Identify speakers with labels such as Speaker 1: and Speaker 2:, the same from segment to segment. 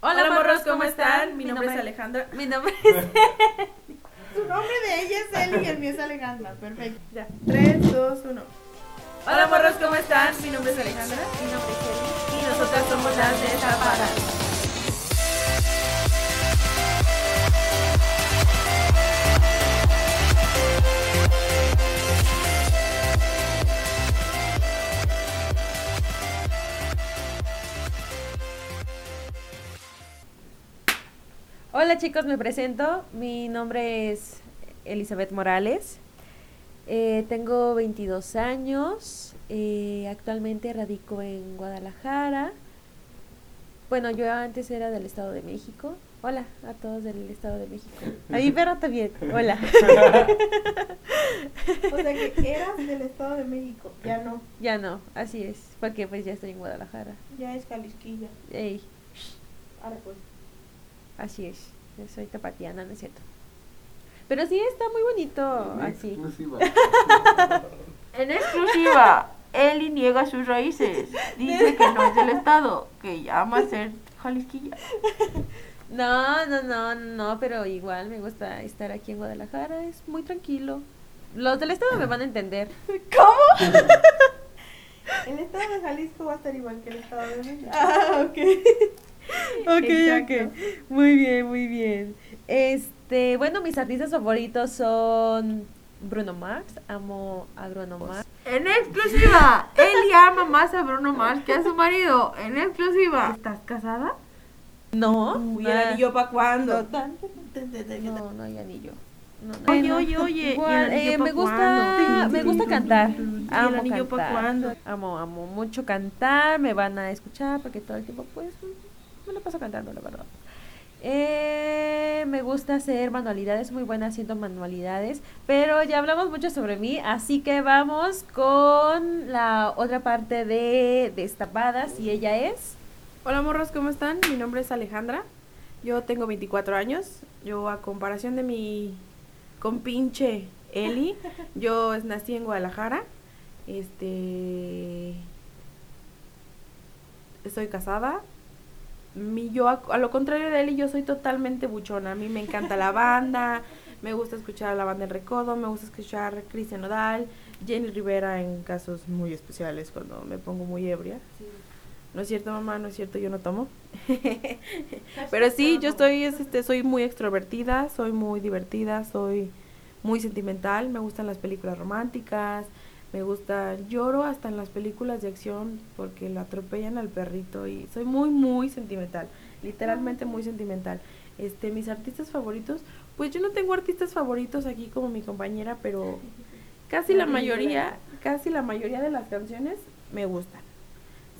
Speaker 1: Hola, morros, ¿cómo están? Mi nombre es Alejandra.
Speaker 2: Mi nombre es...
Speaker 3: Su nombre de ella es Eli y el mío es Alejandra. Perfecto.
Speaker 1: Ya.
Speaker 3: 3, 2, 1.
Speaker 1: Hola, morros, ¿cómo están? Mi nombre es Alejandra. Mi nombre es Eli. Y nosotras somos las desamparadas.
Speaker 2: Hola chicos, me presento. Mi nombre es Elizabeth Morales. Eh, tengo 22 años. Eh, actualmente radico en Guadalajara. Bueno, yo antes era del Estado de México. Hola a todos del Estado de México. A mi perro también. Hola.
Speaker 3: O sea que eras del Estado de México. Ya no.
Speaker 2: ya no, así es. Porque pues ya estoy en Guadalajara.
Speaker 3: Ya es Jalisquilla.
Speaker 2: Ey,
Speaker 3: Ahora pues.
Speaker 2: así es. Yo soy tapatiana, no es cierto. Pero sí está muy bonito así.
Speaker 4: Exclusiva.
Speaker 5: En exclusiva, Eli niega sus raíces. Dice que no es del Estado, que ama ser jalisquilla.
Speaker 2: No, no, no, no, pero igual me gusta estar aquí en Guadalajara, es muy tranquilo. Los del estado me van a entender.
Speaker 3: ¿Cómo? El Estado de Jalisco va a estar igual que el Estado de México.
Speaker 2: Ah, ok. ok,
Speaker 3: Exacto.
Speaker 2: ok. Muy bien, muy bien. Este, bueno, mis artistas favoritos son Bruno Mars, amo a Bruno Mars.
Speaker 5: En exclusiva, Eli ama más a Bruno Mars que a su marido. En exclusiva. ¿Estás casada?
Speaker 2: No,
Speaker 3: Uy,
Speaker 2: no,
Speaker 3: el anillo para cuándo.
Speaker 2: no, no hay anillo. No, no.
Speaker 5: Oye,
Speaker 2: Bueno,
Speaker 5: oye, oye, ¿y el
Speaker 2: igual,
Speaker 5: anillo
Speaker 2: eh,
Speaker 5: pa'
Speaker 2: me gusta,
Speaker 5: cuándo?
Speaker 2: me gusta cantar.
Speaker 5: ¿Y el
Speaker 2: Amo
Speaker 5: anillo pa'
Speaker 2: cantar.
Speaker 5: cuándo?
Speaker 2: Amo, amo mucho cantar. Me van a escuchar porque todo el tiempo, pues, me lo paso cantando, la verdad. Eh, me gusta hacer manualidades, muy buena haciendo manualidades. Pero ya hablamos mucho sobre mí, así que vamos con la otra parte de Destapadas. Y ella es.
Speaker 1: Hola, morros, ¿cómo están? Mi nombre es Alejandra. Yo tengo 24 años. Yo, a comparación de mi compinche Eli, yo nací en Guadalajara. Este. Estoy casada. Mi, yo, a, a lo contrario de Eli, yo soy totalmente buchona. A mí me encanta la banda. Me gusta escuchar a la banda El Recodo. Me gusta escuchar a Cristian Nodal. Jenny Rivera en casos muy especiales cuando me pongo muy ebria. No es cierto, mamá, no es cierto, yo no tomo. Pero sí, yo estoy, es, este, soy muy extrovertida, soy muy divertida, soy muy sentimental, me gustan las películas románticas, me gusta, lloro hasta en las películas de acción porque le atropellan al perrito y soy muy, muy sentimental, literalmente muy sentimental. Este, mis artistas favoritos, pues yo no tengo artistas favoritos aquí como mi compañera, pero casi la mayoría, casi la mayoría de las canciones me gustan.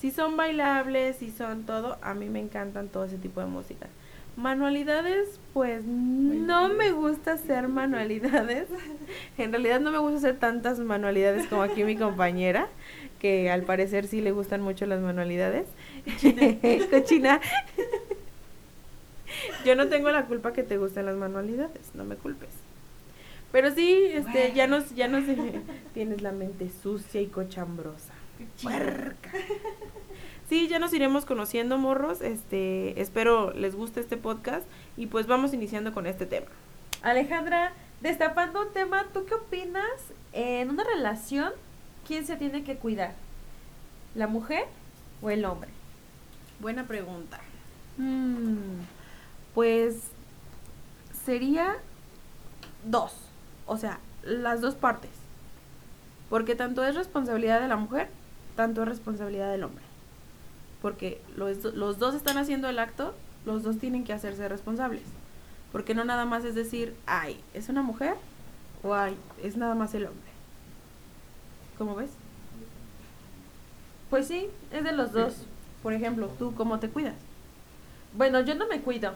Speaker 1: Si son bailables, si son todo, a mí me encantan todo ese tipo de música. Manualidades, pues no me gusta hacer manualidades. En realidad no me gusta hacer tantas manualidades como aquí mi compañera, que al parecer sí le gustan mucho las manualidades. Cochina. Yo no tengo la culpa que te gusten las manualidades, no me culpes. Pero sí, este, ya nos, ya nos tienes la mente sucia y cochambrosa. Sí, ya nos iremos conociendo, morros. Este, espero les guste este podcast y pues vamos iniciando con este tema.
Speaker 2: Alejandra, destapando un tema, ¿tú qué opinas? En una relación, ¿quién se tiene que cuidar? ¿La mujer o el hombre?
Speaker 1: Buena pregunta. Mm, pues sería dos, o sea, las dos partes. Porque tanto es responsabilidad de la mujer, tanto es responsabilidad del hombre. Porque los, do- los dos están haciendo el acto, los dos tienen que hacerse responsables. Porque no nada más es decir, ay, es una mujer o ay, es nada más el hombre. ¿Cómo ves?
Speaker 2: Pues sí, es de los dos.
Speaker 1: Por ejemplo, ¿tú cómo te cuidas?
Speaker 2: Bueno, yo no me cuido.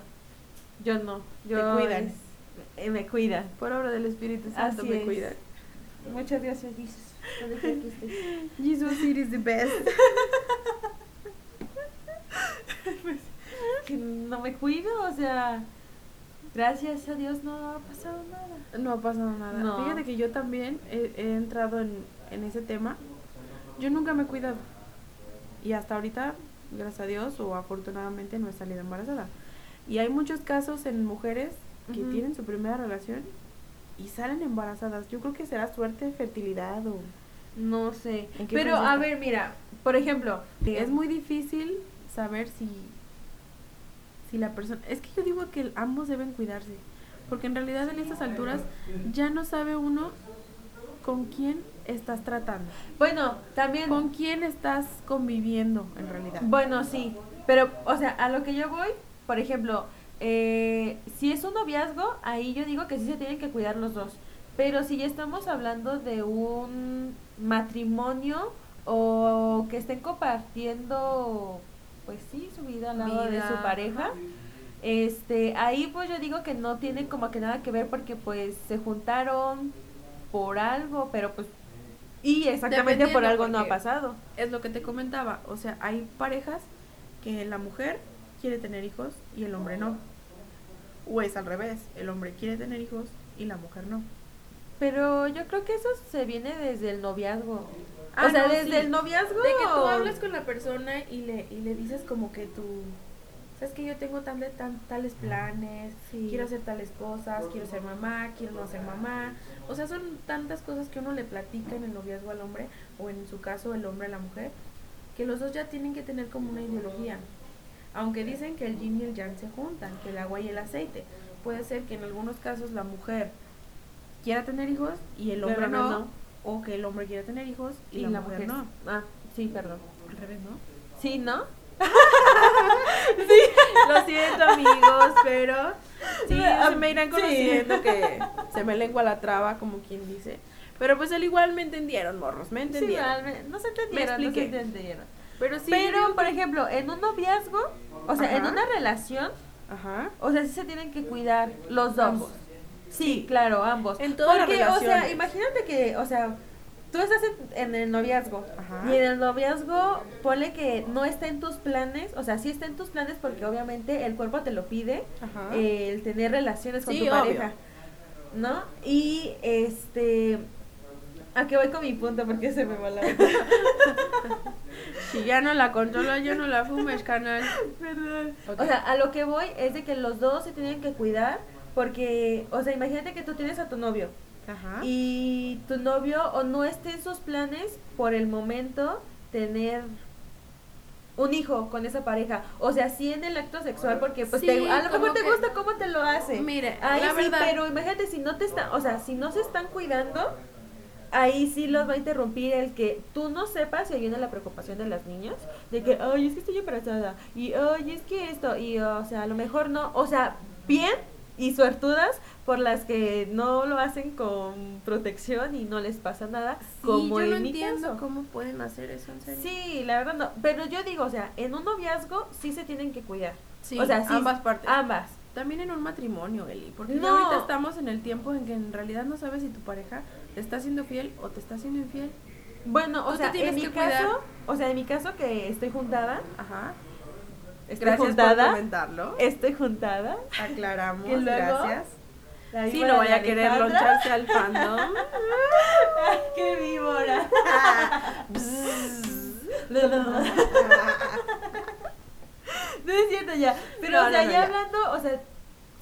Speaker 2: Yo no. Yo
Speaker 1: Te cuidan.
Speaker 2: es- eh, me cuidan.
Speaker 1: Por obra del Espíritu Santo
Speaker 2: Así
Speaker 1: me
Speaker 2: es.
Speaker 1: cuidan.
Speaker 2: Muchas gracias, Jesús. este.
Speaker 1: Jesus, it is the best.
Speaker 2: Pues, Que no me cuido, o sea, gracias a Dios no ha pasado nada.
Speaker 1: No ha pasado nada.
Speaker 2: No.
Speaker 1: Fíjate que yo también he, he entrado en, en ese tema. Yo nunca me he cuidado. Y hasta ahorita gracias a Dios, o afortunadamente no he salido embarazada. Y hay muchos casos en mujeres que
Speaker 5: Ujú.
Speaker 1: tienen su primera relación y salen embarazadas. Yo creo que será suerte, fertilidad o...
Speaker 2: No sé.
Speaker 1: ¿En qué
Speaker 2: Pero a
Speaker 1: consiste?
Speaker 2: ver, mira, por ejemplo,
Speaker 1: Es muy difícil saber si, si la persona... Es que yo digo que ambos deben cuidarse, porque en realidad en estas alturas ya no sabe uno con quién estás tratando,
Speaker 2: Bueno, también
Speaker 1: con quién estás conviviendo en realidad.
Speaker 2: Bueno, sí, pero, o sea, a lo que yo voy, por ejemplo, eh, si es un noviazgo, ahí yo digo que sí se tienen que cuidar los dos. Pero si ya estamos hablando de un matrimonio o que estén compartiendo, pues sí, su vida al lado de
Speaker 1: Vida,
Speaker 2: su pareja, este, ahí pues yo digo que no tiene como que nada que ver porque pues se juntaron por algo, pero pues, y exactamente por
Speaker 1: Dependiendo,
Speaker 2: algo no ha
Speaker 1: porque-
Speaker 2: pasado.
Speaker 1: Es lo que te comentaba, o sea, hay parejas que la mujer quiere tener hijos y el hombre no. O es al revés, el hombre quiere tener hijos y la mujer no.
Speaker 2: Pero yo creo que eso se viene desde el noviazgo.
Speaker 1: Ah,
Speaker 2: o sea,
Speaker 1: no,
Speaker 2: desde
Speaker 1: sí.
Speaker 2: el noviazgo.
Speaker 1: De que tú hablas con la persona y le, y le dices como que tú, sabes que yo tengo tan, tan- tales planes,
Speaker 2: Sí.
Speaker 1: quiero hacer tales cosas, quiero ser mamá, quiero no ser mamá. O sea, son tantas cosas que uno le platica en el noviazgo al hombre, o en su caso el hombre a la mujer, que los dos ya tienen que tener como una ideología. Aunque dicen que el yin y el yang se juntan, que el agua y el aceite. Puede ser que en algunos casos la mujer quiera tener hijos y el
Speaker 2: Pero
Speaker 1: hombre
Speaker 2: no,
Speaker 1: no,
Speaker 2: no.
Speaker 1: o que el hombre quiera tener hijos y, la, mujer no.
Speaker 2: Ah, sí, perdón.
Speaker 1: Al revés, ¿no?
Speaker 2: Sí, ¿no?
Speaker 1: Lo siento, amigos, pero sí,
Speaker 2: Ah,
Speaker 1: se me irán
Speaker 2: sí.
Speaker 1: conociendo que se me lengua la traba, como quien dice. Pero pues al igual me entendieron, morros, me
Speaker 2: Sí,
Speaker 1: entendieron.
Speaker 2: realme- no se entendieron, no se
Speaker 1: expliqué.
Speaker 2: entendieron.
Speaker 1: pero sí. yo
Speaker 2: Pero,
Speaker 1: digo
Speaker 2: por
Speaker 1: que-
Speaker 2: ejemplo, en un noviazgo, o sea, en
Speaker 1: Ajá.
Speaker 2: una relación,
Speaker 1: Ajá.
Speaker 2: o sea, sí se tienen que cuidar los dos.
Speaker 1: Ambos.
Speaker 2: Sí, claro, ambos.
Speaker 1: En todas las
Speaker 2: Porque, o sea,
Speaker 1: relaciones.
Speaker 2: imagínate que, o sea, tú estás en, en el noviazgo.
Speaker 1: Ajá.
Speaker 2: Y en el noviazgo, ponle que no está en tus planes, o sea, sí está en tus planes porque obviamente el cuerpo te lo pide,
Speaker 1: Ajá.
Speaker 2: eh, el tener relaciones con
Speaker 1: Sí,
Speaker 2: tu
Speaker 1: obvio.
Speaker 2: pareja, ¿no? Y este, ¿a qué voy con mi punto? Porque se me va la onda.
Speaker 1: Si ya no la controlo, yo no la fumes, canal. Perdón.
Speaker 2: O sea, a lo que voy es de que los dos se tienen que cuidar porque, o sea, imagínate que tú tienes a tu novio
Speaker 1: Ajá.
Speaker 2: y tu novio o no esté en sus planes por el momento tener un hijo con esa pareja, o sea, sí en el acto sexual porque pues
Speaker 1: Sí,
Speaker 2: te- a lo
Speaker 1: como
Speaker 2: mejor te
Speaker 1: que-
Speaker 2: gusta cómo te lo hace.
Speaker 1: Mire,
Speaker 2: Ahí
Speaker 1: la
Speaker 2: sí,
Speaker 1: verdad.
Speaker 2: pero imagínate si no te están, o sea, si no se están cuidando, ahí sí los va a interrumpir el que tú no sepas y ahí viene la preocupación de las niñas, de que, ay, es que estoy embarazada, y ay, es que esto, y o sea, a lo mejor no, o sea, bien y suertudas por las que no lo hacen con protección y no les pasa nada,
Speaker 1: Sí,
Speaker 2: como
Speaker 1: yo no
Speaker 2: en mi
Speaker 1: entiendo
Speaker 2: caso.
Speaker 1: cómo pueden hacer eso en serio.
Speaker 2: Sí, la verdad no, pero yo digo, o sea, en un noviazgo sí se tienen que cuidar,
Speaker 1: Sí,
Speaker 2: o sea, sí,
Speaker 1: ambas partes.
Speaker 2: ambas.
Speaker 1: También en un matrimonio, Eli, porque ya
Speaker 2: No.
Speaker 1: ahorita estamos en el tiempo en que en realidad no sabes si tu pareja te está siendo fiel o te está siendo infiel.
Speaker 2: Bueno, o
Speaker 1: Tú te
Speaker 2: sea, en
Speaker 1: tienes
Speaker 2: mi
Speaker 1: que cuidar.
Speaker 2: caso, o sea, en mi caso que estoy juntada,
Speaker 1: Ajá.
Speaker 2: estoy
Speaker 1: Gracias por
Speaker 2: juntada,
Speaker 1: comentarlo.
Speaker 2: estoy juntada.
Speaker 1: Aclaramos,
Speaker 2: ¿Y luego?
Speaker 1: gracias.
Speaker 2: La
Speaker 1: Sí,
Speaker 2: víbora
Speaker 1: no
Speaker 2: de
Speaker 1: vaya a querer
Speaker 2: Alejandra.
Speaker 1: loncharse al fandom.
Speaker 2: Ay, qué víbora. no, no, no. No es cierto ya, pero
Speaker 1: No,
Speaker 2: o sea,
Speaker 1: no, no,
Speaker 2: ya
Speaker 1: ya.
Speaker 2: hablando, o sea,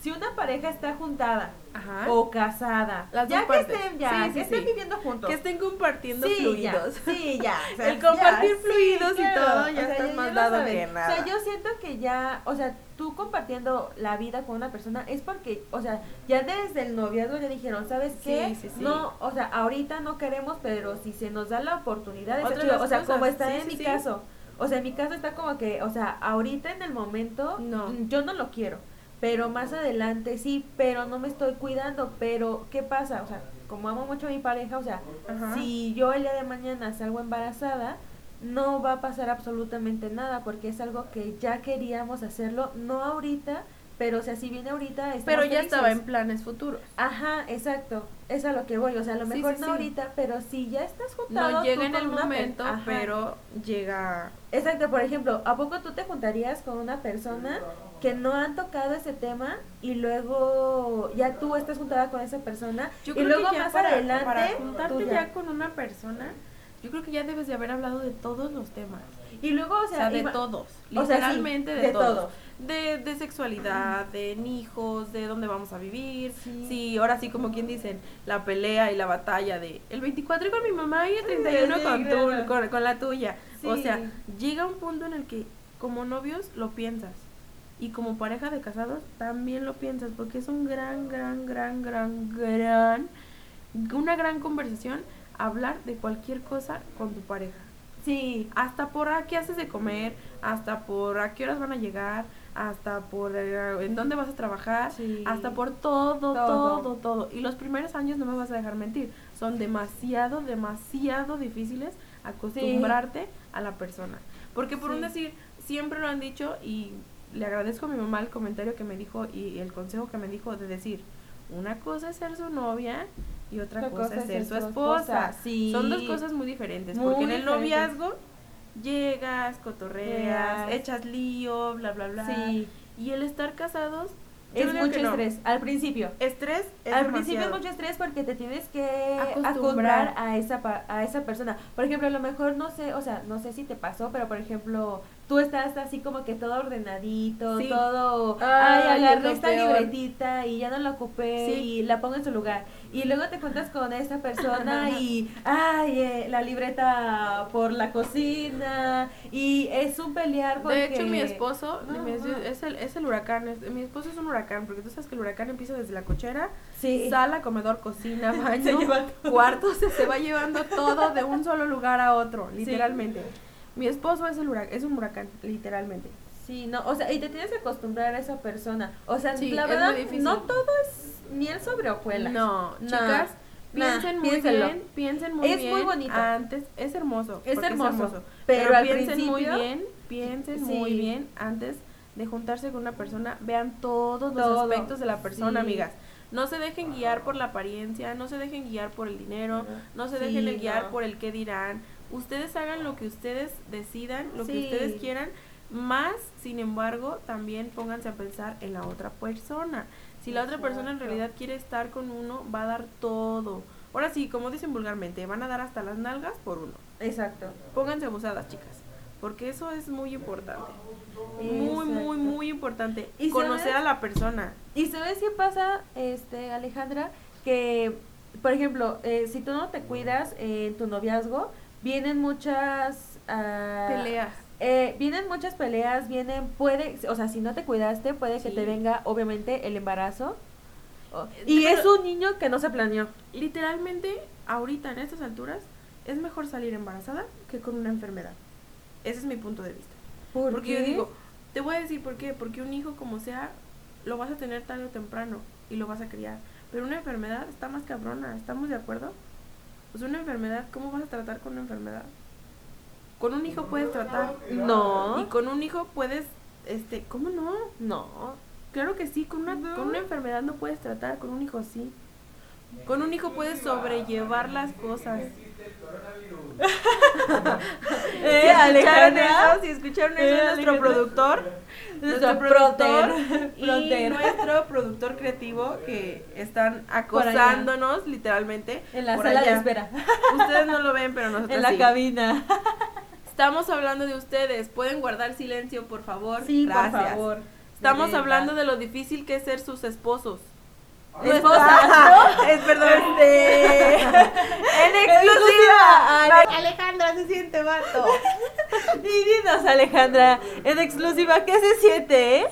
Speaker 2: si una pareja está juntada
Speaker 1: Ajá.
Speaker 2: o casada,
Speaker 1: Ah. Las
Speaker 2: ya
Speaker 1: dos
Speaker 2: que
Speaker 1: partes.
Speaker 2: estén ya,
Speaker 1: Sí, sí,
Speaker 2: que estén
Speaker 1: sí.
Speaker 2: viviendo juntos.
Speaker 1: que estén compartiendo
Speaker 2: sí,
Speaker 1: fluidos.
Speaker 2: Ya, sí, ya. o sea,
Speaker 1: El compartir
Speaker 2: sí,
Speaker 1: fluidos y todo, ya
Speaker 2: O sea,
Speaker 1: estás
Speaker 2: yo-
Speaker 1: más
Speaker 2: yo
Speaker 1: dado
Speaker 2: saben.
Speaker 1: que
Speaker 2: O sea,
Speaker 1: nada.
Speaker 2: yo siento que ya, o sea, tú compartiendo la vida con una persona es porque, o sea, ya desde el noviazgo le dijeron, ¿sabes
Speaker 1: Sí,
Speaker 2: qué?
Speaker 1: sí, sí.
Speaker 2: No, o sea, ahorita no queremos, pero si se nos da la oportunidad, está
Speaker 1: Otra de
Speaker 2: chido.
Speaker 1: las
Speaker 2: o sea, como
Speaker 1: cosas,
Speaker 2: está
Speaker 1: sí,
Speaker 2: en
Speaker 1: sí,
Speaker 2: mi
Speaker 1: sí.
Speaker 2: caso. O sea, en mi caso está como que, o sea, ahorita en el momento
Speaker 1: No.
Speaker 2: mm, yo no lo quiero, pero más adelante sí, pero no me estoy cuidando, pero ¿qué pasa? O sea, como amo mucho a mi pareja, o sea,
Speaker 1: Ajá.
Speaker 2: si yo el día de mañana salgo embarazada, no va a pasar absolutamente nada porque es algo que ya queríamos hacerlo, no ahorita, pero o sea, si viene ahorita estamos
Speaker 1: Pero ya
Speaker 2: felices.
Speaker 1: estaba en planes futuros.
Speaker 2: Ajá, exacto. Es a lo que voy, o sea, a lo
Speaker 1: Sí,
Speaker 2: mejor
Speaker 1: sí,
Speaker 2: no
Speaker 1: sí.
Speaker 2: ahorita, pero si ya estás juntado
Speaker 1: No
Speaker 2: tú
Speaker 1: llega en
Speaker 2: con
Speaker 1: el
Speaker 2: una per-
Speaker 1: momento,
Speaker 2: Ajá.
Speaker 1: pero llega.
Speaker 2: Exacto, por ejemplo, ¿a poco tú te juntarías con una persona que no han tocado ese tema y luego ya tú estás juntada con esa persona
Speaker 1: Yo
Speaker 2: y
Speaker 1: creo
Speaker 2: luego
Speaker 1: que ya
Speaker 2: más
Speaker 1: para,
Speaker 2: adelante
Speaker 1: para
Speaker 2: tú
Speaker 1: juntarte
Speaker 2: ya-
Speaker 1: ya con una persona, yo creo que ya debes de haber hablado de todos los temas. Y luego, o sea,
Speaker 2: de
Speaker 1: iba-
Speaker 2: todos.
Speaker 1: O sea, sí, Literalmente de,
Speaker 3: de
Speaker 1: todo.
Speaker 3: todo.
Speaker 1: De, de sexualidad, de hijos, de dónde vamos a vivir.
Speaker 3: Sí.
Speaker 1: Sí. ahora sí, como quien dicen, la pelea y la batalla de el 24 con mi mamá y el 31
Speaker 3: sí,
Speaker 1: con, tú-
Speaker 3: claro.
Speaker 1: con, con la tuya. O
Speaker 3: Sí.
Speaker 1: sea, llega un punto en el que como novios lo piensas. Y como pareja de casados también lo piensas, porque es un gran, gran, gran, gran, gran, una gran conversación hablar de cualquier cosa con tu pareja.
Speaker 3: Sí.
Speaker 1: Hasta por a qué haces de comer, hasta por a qué horas van a llegar, hasta por eh, en dónde vas a trabajar,
Speaker 3: Sí.
Speaker 1: hasta por todo,
Speaker 3: Todo.
Speaker 1: todo, todo, Y los primeros años no me vas a dejar mentir, son demasiado, demasiado difíciles acostumbrarte a la persona. Porque por un
Speaker 3: Sí.
Speaker 1: decir, siempre lo han dicho y le agradezco a mi mamá el comentario que me dijo y el consejo que me dijo de decir, una cosa es ser su novia y otra cosa, es ser su esposa.
Speaker 3: Sí.
Speaker 1: Son dos cosas muy diferentes,
Speaker 3: Muy
Speaker 1: porque en el
Speaker 3: diferentes.
Speaker 1: noviazgo llegas, cotorreas,
Speaker 3: Llegas.
Speaker 1: echas lío, bla, bla, bla.
Speaker 3: Sí.
Speaker 1: Y el estar casados yo
Speaker 2: Es
Speaker 1: digo que
Speaker 2: mucho
Speaker 1: no.
Speaker 2: estrés, al principio.
Speaker 1: Estrés es
Speaker 2: Al principio es
Speaker 1: demasiado.
Speaker 2: mucho estrés porque te tienes que
Speaker 1: Acostumbrar.
Speaker 2: acostumbrar a esa, pa- a esa persona. Por ejemplo, a lo mejor no sé, o sea, no sé si te pasó, pero por ejemplo, tú estás así como que todo ordenadito,
Speaker 1: Sí.
Speaker 2: todo,
Speaker 1: Ay,
Speaker 2: ay,
Speaker 1: es
Speaker 2: agarré
Speaker 1: lo
Speaker 2: esta
Speaker 1: peor.
Speaker 2: libretita y ya no la ocupé
Speaker 1: Sí.
Speaker 2: y la pongo en su lugar. Y luego te cuentas con esa persona y, ay, eh, la libreta por la cocina y es un pelear porque...
Speaker 1: De hecho, mi esposo
Speaker 2: No,
Speaker 1: mi-
Speaker 2: no.
Speaker 1: Es, el, es el huracán. es- mi esposo es un huracán, porque tú sabes que el huracán empieza desde la cochera,
Speaker 2: Sí.
Speaker 1: sala, comedor, cocina, baño,
Speaker 2: Se lleva todo.
Speaker 1: cuarto, se, se va llevando todo de un solo lugar a otro, literalmente. Mi esposo es, el hurac- es un huracán, literalmente.
Speaker 2: Sí, no, o sea, y te tienes que acostumbrar a esa persona. O sea,
Speaker 1: Sí,
Speaker 2: la
Speaker 1: es
Speaker 2: verdad,
Speaker 1: muy difícil.
Speaker 2: no todo es miel sobre hojuelas.
Speaker 1: No,
Speaker 2: No.
Speaker 1: chicas,
Speaker 2: No,
Speaker 1: piensen muy
Speaker 2: piénselo.
Speaker 1: bien, piensen muy
Speaker 2: Es muy
Speaker 1: bien.
Speaker 2: bonito.
Speaker 1: Antes es hermoso.
Speaker 2: Es
Speaker 1: porque
Speaker 2: hermoso,
Speaker 1: pero,
Speaker 2: pero al
Speaker 1: piensen muy
Speaker 2: principio-
Speaker 1: bien, piensen muy
Speaker 2: Sí.
Speaker 1: bien antes de juntarse con una persona, vean todos los
Speaker 2: Todo,
Speaker 1: aspectos de la persona,
Speaker 2: sí.
Speaker 1: amigas. No se dejen guiar por la apariencia, no se dejen guiar por el dinero, no se
Speaker 2: Sí,
Speaker 1: dejen el guiar
Speaker 2: no.
Speaker 1: por el qué dirán. Ustedes hagan lo que ustedes decidan, lo que
Speaker 2: Sí.
Speaker 1: ustedes quieran, más, sin embargo, también pónganse a pensar en la otra persona. Si la otra persona en
Speaker 2: Exacto.
Speaker 1: realidad quiere estar con uno, va a dar todo. Ahora sí, como dicen vulgarmente, van a dar hasta las nalgas por uno.
Speaker 2: Exacto.
Speaker 1: Pónganse abusadas, chicas, porque eso es muy importante. Muy,
Speaker 2: Exacto.
Speaker 1: muy, muy importante.
Speaker 2: ¿Y
Speaker 1: conocer
Speaker 2: sabes?
Speaker 1: a la persona.
Speaker 2: ¿Y sabes qué pasa, este, Alejandra? Que, por ejemplo, eh, si tú no te cuidas eh, en tu noviazgo, vienen muchas... ah,
Speaker 1: Peleas.
Speaker 2: Eh, vienen muchas peleas, vienen, puede, o sea, si no te cuidaste, puede que
Speaker 1: Sí.
Speaker 2: te venga, obviamente, el embarazo. O- oh,
Speaker 1: Eh,
Speaker 2: Y
Speaker 1: pero-
Speaker 2: es un niño que no se planeó.
Speaker 1: Literalmente, ahorita, en estas alturas, es mejor salir embarazada que con una enfermedad. Ese es mi punto de vista.
Speaker 2: ¿Por
Speaker 1: Porque yo
Speaker 2: qué?
Speaker 1: digo, te voy a decir por qué, porque un hijo como sea, lo vas a tener tarde o temprano y lo vas a criar. Pero una enfermedad está más cabrona, ¿estamos de acuerdo? Pues una enfermedad, ¿cómo vas a tratar con una enfermedad? Con un hijo puedes tratar.
Speaker 2: No.
Speaker 1: Y con un hijo puedes, este, ¿cómo no?
Speaker 2: No.
Speaker 1: Claro que sí, con una, con una enfermedad no puedes tratar, con un hijo sí. Con un hijo puedes sobrellevar las cosas.
Speaker 2: Eh,
Speaker 1: escucharon
Speaker 2: Alejandra.
Speaker 1: eso? Si escucharon eso
Speaker 2: Eh,
Speaker 1: de nuestro
Speaker 2: Alejandra.
Speaker 1: productor, nuestro
Speaker 2: Nuestro
Speaker 1: productor
Speaker 2: fronter.
Speaker 1: y
Speaker 2: Fronter.
Speaker 1: nuestro productor creativo que están
Speaker 2: Por allá.
Speaker 1: acosándonos literalmente
Speaker 2: En la
Speaker 1: por
Speaker 2: sala de
Speaker 1: allá.
Speaker 2: espera.
Speaker 1: Ustedes no lo ven, pero nosotros
Speaker 2: En la
Speaker 1: sí.
Speaker 2: cabina.
Speaker 1: Estamos hablando de ustedes. Pueden guardar silencio, por favor. Gracias. Estamos
Speaker 2: verdad.
Speaker 1: hablando de lo difícil que es ser sus esposos.
Speaker 2: Esposa.
Speaker 1: Es perdón. Este... en exclusiva.
Speaker 2: Exclusiva. Ale-
Speaker 3: Alejandra se siente vato.
Speaker 2: Y dinos, Alejandra, en exclusiva, ¿qué se siente, eh?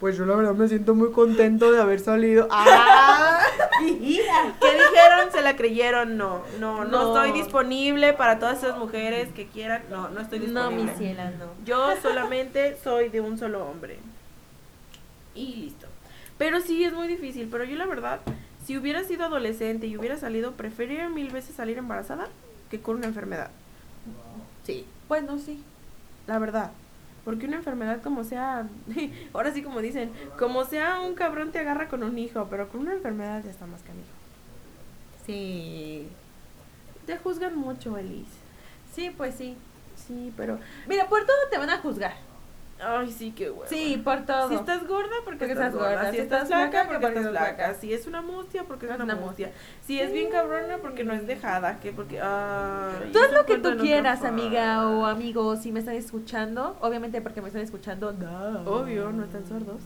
Speaker 4: Pues yo la verdad me siento muy contento de haber salido. ¡Ah!
Speaker 1: ¿Qué dijeron? ¿Se la creyeron? No, no, no,
Speaker 2: No.
Speaker 1: estoy disponible para todas esas mujeres que quieran. No, no estoy
Speaker 2: No, mi
Speaker 1: disponible.
Speaker 2: ciela, no.
Speaker 1: Yo solamente soy de un solo hombre. Y listo. Pero sí, es muy difícil. Pero yo la verdad, si hubiera sido adolescente y hubiera salido, preferiría mil veces salir embarazada que con una enfermedad. Sí,
Speaker 2: Bueno, sí.
Speaker 1: la verdad. Porque una enfermedad como sea, ahora sí como dicen, como sea un cabrón te agarra con un hijo, pero con una enfermedad ya está más canijo.
Speaker 2: Sí.
Speaker 1: Te juzgan mucho, Elise.
Speaker 2: Sí, pues sí.
Speaker 1: Sí, pero
Speaker 2: Mira, por todo te van a juzgar.
Speaker 1: Ay, sí, qué huevo.
Speaker 2: Sí, por todo.
Speaker 1: Si estás gorda, porque,
Speaker 2: Porque
Speaker 1: estás
Speaker 2: estás
Speaker 1: gorda.
Speaker 2: gorda.
Speaker 1: Si estás flaca, porque estás flaca.
Speaker 2: flaca.
Speaker 1: Si es una mustia, porque es una, mustia. Si es bien cabrona, porque no es dejada. Que porque. Ay,
Speaker 2: Tú haz
Speaker 1: se
Speaker 2: lo que
Speaker 1: encuentra en
Speaker 2: tú
Speaker 1: otra
Speaker 2: quieras,
Speaker 1: parte.
Speaker 2: amiga o amigo, si me están escuchando. Obviamente porque me están escuchando. No.
Speaker 1: Obvio, no están sordos.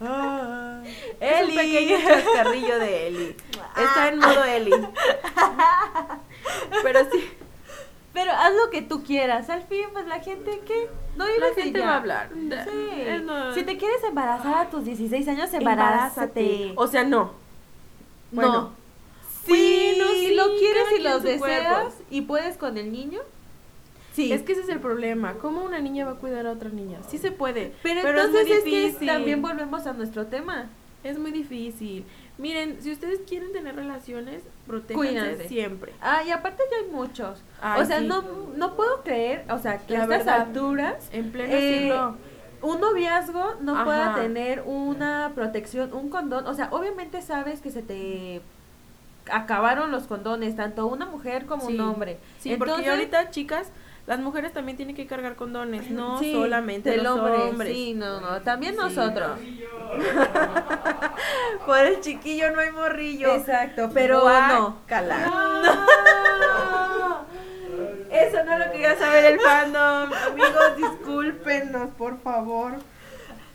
Speaker 4: Ah.
Speaker 1: Es
Speaker 2: Eli.
Speaker 1: un pequeño chascarrillo de Eli. Está en modo Eli. Pero sí,
Speaker 2: Pero haz lo que tú quieras. Al fin, pues la gente que no vive
Speaker 1: la gente va a hablar.
Speaker 2: Sí.
Speaker 1: Es no-
Speaker 2: Si te quieres embarazar a tus 16 años,
Speaker 1: Embarázate.
Speaker 2: embarázate.
Speaker 1: O sea, no.
Speaker 2: no.
Speaker 1: bueno.
Speaker 2: Si
Speaker 1: Bueno, sí,
Speaker 2: lo quieres
Speaker 1: cada
Speaker 2: y
Speaker 1: quien
Speaker 2: lo
Speaker 1: su
Speaker 2: deseas
Speaker 1: cuerpo.
Speaker 2: y puedes con el niño. Sí.
Speaker 1: Es que ese es el problema. ¿Cómo una niña va a cuidar a otra niña? Sí se puede.
Speaker 2: pero,
Speaker 1: es muy
Speaker 2: entonces es, que
Speaker 1: difícil.
Speaker 2: también volvemos a nuestro tema.
Speaker 1: Es muy difícil. Miren, si ustedes quieren tener relaciones, protéjanse
Speaker 2: Cuídense.
Speaker 1: siempre.
Speaker 2: Ah, y aparte ya hay muchos.
Speaker 1: Ay,
Speaker 2: o sea,
Speaker 1: sí.
Speaker 2: no, no puedo creer, o sea, que
Speaker 1: La
Speaker 2: a estas
Speaker 1: verdad.
Speaker 2: alturas
Speaker 1: En pleno
Speaker 2: Eh,
Speaker 1: siglo.
Speaker 2: un noviazgo no
Speaker 1: Ajá.
Speaker 2: pueda tener una protección, un condón. O sea, obviamente sabes que se te acabaron los condones, tanto una mujer como
Speaker 1: Sí.
Speaker 2: un hombre.
Speaker 1: Sí, porque ya ahorita, chicas, las mujeres también tienen que cargar condones, no
Speaker 2: sí,
Speaker 1: solamente
Speaker 2: del
Speaker 1: los
Speaker 2: hombre,
Speaker 1: hombres.
Speaker 2: Sí, no, no, también nosotros. Por el chiquillo no hay morrillo. Exacto, pero no.
Speaker 1: Eso no lo quería saber el fandom.
Speaker 3: Amigos, discúlpenos, por favor.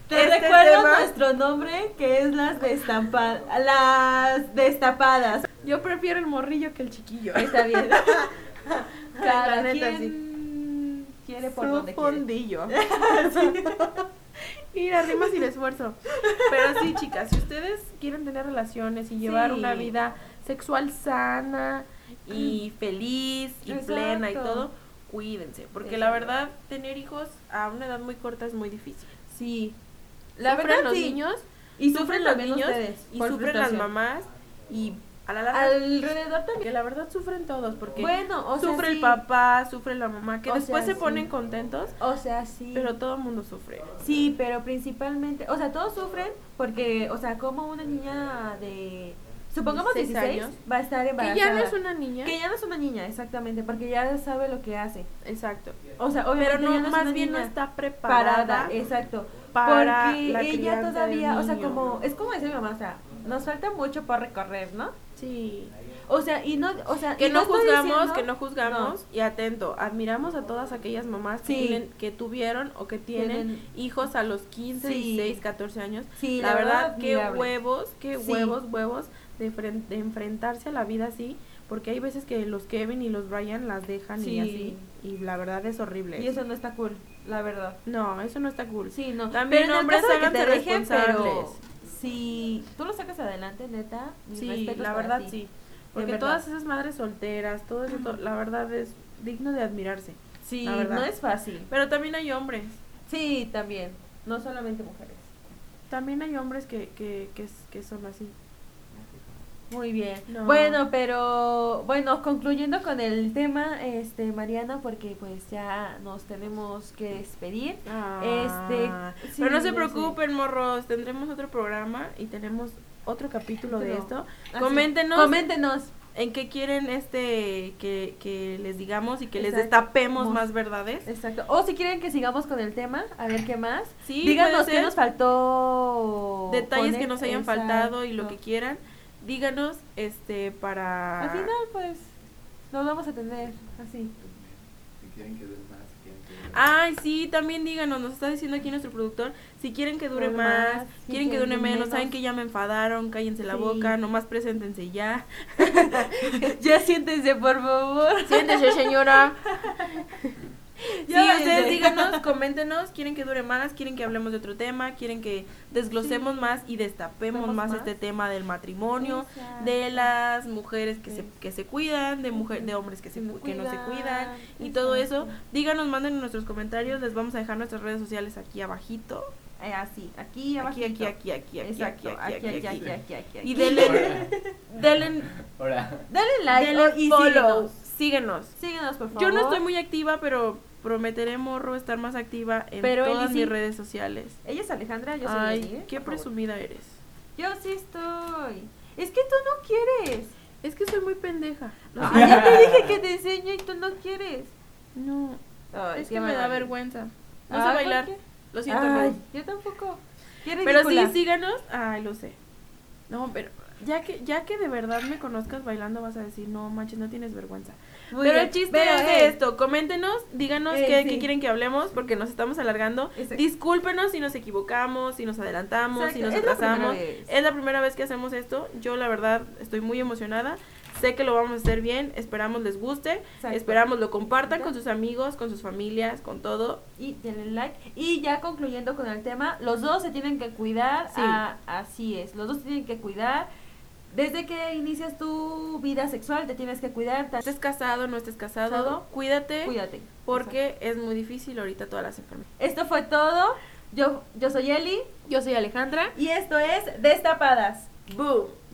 Speaker 2: Te
Speaker 3: Este
Speaker 2: recuerdo
Speaker 3: tema-
Speaker 2: nuestro nombre que es las destampa- las destapadas.
Speaker 1: Yo prefiero el morrillo que el chiquillo.
Speaker 2: Está bien. Cada
Speaker 1: La neta,
Speaker 2: quien quiere por
Speaker 1: Su
Speaker 2: donde quiere.
Speaker 1: fondillo. Y las rimas sin esfuerzo. Pero sí, chicas, si ustedes quieren tener relaciones y llevar
Speaker 2: Sí. Mm.
Speaker 1: una vida sexual sana y feliz y
Speaker 2: Exacto.
Speaker 1: plena y todo, cuídense. Porque la
Speaker 2: Exacto.
Speaker 1: verdad, tener hijos a una edad muy corta es muy difícil.
Speaker 2: Sí. La
Speaker 1: Sufren
Speaker 2: verdad
Speaker 1: los
Speaker 2: sí.
Speaker 1: niños
Speaker 2: Y sufren los niños
Speaker 1: y sufren las mamás y a la larga
Speaker 2: Alrededor también.
Speaker 1: que la verdad sufren todos porque
Speaker 2: Bueno, o sea,
Speaker 1: sufre el
Speaker 2: sí.
Speaker 1: papá, sufre la mamá, que
Speaker 2: O
Speaker 1: después
Speaker 2: sea,
Speaker 1: se ponen
Speaker 2: sí.
Speaker 1: contentos,
Speaker 2: O sea, sí.
Speaker 1: pero todo el mundo sufre.
Speaker 2: Sí, pero principalmente, o sea, todos sufren porque, o sea, como una niña de supongamos 16
Speaker 1: 16
Speaker 2: años va a estar
Speaker 1: Que
Speaker 2: embarazada.
Speaker 1: ya no es una niña.
Speaker 2: Que ya no es una niña, exactamente, porque ya sabe lo que hace.
Speaker 1: Exacto.
Speaker 2: O sea,
Speaker 1: Pero
Speaker 2: obviamente
Speaker 1: no,
Speaker 2: ya es
Speaker 1: más
Speaker 2: una
Speaker 1: bien no
Speaker 2: niña.
Speaker 1: está preparada.
Speaker 2: parada, exacto.
Speaker 1: para
Speaker 2: porque
Speaker 1: la
Speaker 2: ella
Speaker 1: crianza
Speaker 2: todavía,
Speaker 1: del
Speaker 2: o sea,
Speaker 1: niño.
Speaker 2: como es como dice mi mamá, o sea, nos falta mucho por recorrer, ¿no?
Speaker 1: Sí.
Speaker 2: O sea, y no, o sea,
Speaker 1: Que
Speaker 2: y
Speaker 1: no,
Speaker 2: estoy
Speaker 1: juzgamos,
Speaker 2: diciendo-
Speaker 1: que no juzgamos y atento, admiramos a todas aquellas mamás que,
Speaker 2: Sí.
Speaker 1: tienen, que tuvieron o que tienen,
Speaker 2: Tienen-
Speaker 1: hijos a los 15,
Speaker 2: Sí.
Speaker 1: 16, 14 años.
Speaker 2: Sí,
Speaker 1: la, verdad, qué
Speaker 2: admirable.
Speaker 1: huevos, qué
Speaker 2: Sí.
Speaker 1: huevos, huevos de, fren- de enfrentarse a la vida así, porque hay veces que los Kevin y los Brian las dejan
Speaker 2: Sí.
Speaker 1: y así, y la verdad es horrible.
Speaker 2: Y eso no está cool, la verdad.
Speaker 1: No, eso no está cool.
Speaker 2: Sí, no.
Speaker 1: También
Speaker 2: pero en el
Speaker 1: hombres,
Speaker 2: caso de que
Speaker 1: háganse
Speaker 2: te dejen, pero
Speaker 1: responsables.
Speaker 2: si tú lo sacas adelante, neta, mis
Speaker 1: Sí,
Speaker 2: respetos
Speaker 1: la
Speaker 2: para
Speaker 1: verdad
Speaker 2: ti.
Speaker 1: sí.
Speaker 2: De
Speaker 1: Porque
Speaker 2: verdad.
Speaker 1: todas esas madres solteras, todo eso, to- la verdad es digno de admirarse.
Speaker 2: Sí,
Speaker 1: La verdad.
Speaker 2: no es fácil.
Speaker 1: Pero también hay hombres,
Speaker 2: Sí, también, no solamente mujeres.
Speaker 1: también hay hombres que, que, que, s- que son así.
Speaker 2: Muy bien.
Speaker 1: No.
Speaker 2: Bueno, pero bueno, concluyendo con el tema, este Mariana, porque pues ya nos tenemos que despedir.
Speaker 1: Ah,
Speaker 2: Este, sí,
Speaker 1: pero no
Speaker 2: ya
Speaker 1: se
Speaker 2: sé.
Speaker 1: preocupen, morros, tendremos otro programa y tenemos otro capítulo de
Speaker 2: Pero-
Speaker 1: esto.
Speaker 2: Así.
Speaker 1: Ah, Coméntenos
Speaker 2: Coméntenos.
Speaker 1: en qué quieren este que, que les digamos y que les
Speaker 2: Exacto.
Speaker 1: destapemos más verdades.
Speaker 2: Exacto. O si quieren que sigamos con el tema, a ver qué más.
Speaker 1: Sí,
Speaker 2: Díganos
Speaker 1: puede
Speaker 2: qué
Speaker 1: ser.
Speaker 2: nos faltó.
Speaker 1: Detalles
Speaker 2: poner.
Speaker 1: que nos hayan
Speaker 2: Exacto.
Speaker 1: faltado y lo que quieran. Díganos este para
Speaker 2: Al final, pues, nos vamos a tener así.
Speaker 6: Si quieren que dure más, si quieren que dure más.
Speaker 1: Ay, sí, también díganos, nos está diciendo aquí nuestro productor, si quieren que dure
Speaker 2: Dure
Speaker 1: más,
Speaker 2: más, si
Speaker 1: quieren que
Speaker 2: quieren
Speaker 1: dure menos,
Speaker 2: menos.
Speaker 1: saben que ya me enfadaron, cállense la
Speaker 2: Sí.
Speaker 1: boca, nomás preséntense ya.
Speaker 2: ya siéntense, por favor.
Speaker 1: Siéntese, señora. sí,
Speaker 2: Ya,
Speaker 1: ustedes
Speaker 2: ya.
Speaker 1: díganos, coméntenos, quieren que dure más, quieren que hablemos de otro tema, quieren que desglosemos más y destapemos
Speaker 2: Vemos
Speaker 1: más,
Speaker 2: más.
Speaker 1: este tema del matrimonio,
Speaker 2: Exacto.
Speaker 1: de las mujeres que se,
Speaker 2: Exacto.
Speaker 1: que se cuidan, de mujer, de hombres que, se,
Speaker 2: Que no
Speaker 1: cu- que no se cuidan
Speaker 2: cuidan,
Speaker 1: y todo eso.
Speaker 2: exacto.
Speaker 1: Díganos, manden en nuestros comentarios, les vamos a dejar nuestras redes sociales aquí abajito.
Speaker 2: Eh, así, aquí,
Speaker 1: Aquí, aquí,
Speaker 2: abajito.
Speaker 1: aquí, aquí, aquí, aquí,
Speaker 2: Exacto,
Speaker 1: aquí, aquí, aquí.
Speaker 2: aquí, aquí, aquí.
Speaker 1: Y denle,
Speaker 6: Ahora,
Speaker 1: denle,
Speaker 6: ahora.
Speaker 2: Dale like
Speaker 1: denle
Speaker 2: o- y
Speaker 1: follow,
Speaker 2: síguenos.
Speaker 1: síguenos.
Speaker 2: Síguenos, por favor.
Speaker 1: Yo no estoy muy activa, pero prometeré, morro, estar más activa en
Speaker 2: Pero Eli
Speaker 1: todas
Speaker 2: sí.
Speaker 1: mis redes sociales.
Speaker 2: Ella es Alejandra, yo soy Eli,
Speaker 1: Ay,
Speaker 2: ¿eh?
Speaker 1: qué
Speaker 2: Por favor.
Speaker 1: presumida eres.
Speaker 2: Yo sí estoy. Es que tú no quieres.
Speaker 1: Es que soy muy pendeja. Lo
Speaker 2: Ah,
Speaker 1: siento.
Speaker 2: ya te dije que te enseñe y tú no quieres.
Speaker 1: No,
Speaker 2: Ay,
Speaker 1: es
Speaker 2: qué
Speaker 1: que me da
Speaker 2: barbaridad.
Speaker 1: vergüenza. No
Speaker 2: Ay,
Speaker 1: sé
Speaker 2: ¿por
Speaker 1: bailar.
Speaker 2: qué?
Speaker 1: Lo siento,
Speaker 2: Ay,
Speaker 1: no.
Speaker 2: yo tampoco. Qué
Speaker 1: Pero sí,
Speaker 2: ridícula.
Speaker 1: síganos. Ay, lo sé. No, pero ya que, ya que de verdad me conozcas bailando, vas a decir, no manches, no tienes vergüenza.
Speaker 2: Muy
Speaker 1: pero
Speaker 2: bien.
Speaker 1: el chiste
Speaker 2: Pero, eh,
Speaker 1: es de
Speaker 2: ey,
Speaker 1: esto. Coméntenos, díganos
Speaker 2: Ey,
Speaker 1: qué,
Speaker 2: sí.
Speaker 1: qué quieren que hablemos, porque nos estamos alargando.
Speaker 2: Exacto.
Speaker 1: Discúlpenos si nos equivocamos, si nos adelantamos, si
Speaker 2: Exacto,
Speaker 1: nos
Speaker 2: es la
Speaker 1: atrasamos.
Speaker 2: primera vez.
Speaker 1: Es la primera vez que hacemos esto. Yo, la verdad, estoy muy emocionada. Sé que lo vamos a hacer bien. Esperamos les guste.
Speaker 2: Exacto.
Speaker 1: Esperamos lo compartan
Speaker 2: Exacto.
Speaker 1: con sus amigos, con sus familias, con todo.
Speaker 2: Y denle like. Y ya concluyendo con el tema, los dos se tienen que cuidar.
Speaker 1: Sí.
Speaker 2: ah, así es, los dos se tienen que cuidar. Desde que inicias tu vida sexual, te tienes que cuidar. tan-
Speaker 1: Estés casado, no estés casado,
Speaker 2: Casado.
Speaker 1: cuídate.
Speaker 2: Cuídate.
Speaker 1: Porque es muy difícil ahorita todas las enfermedades.
Speaker 2: Esto fue todo. Yo, yo soy Eli
Speaker 1: Yo soy Alejandra.
Speaker 2: y esto es Destapadas.
Speaker 1: Boom.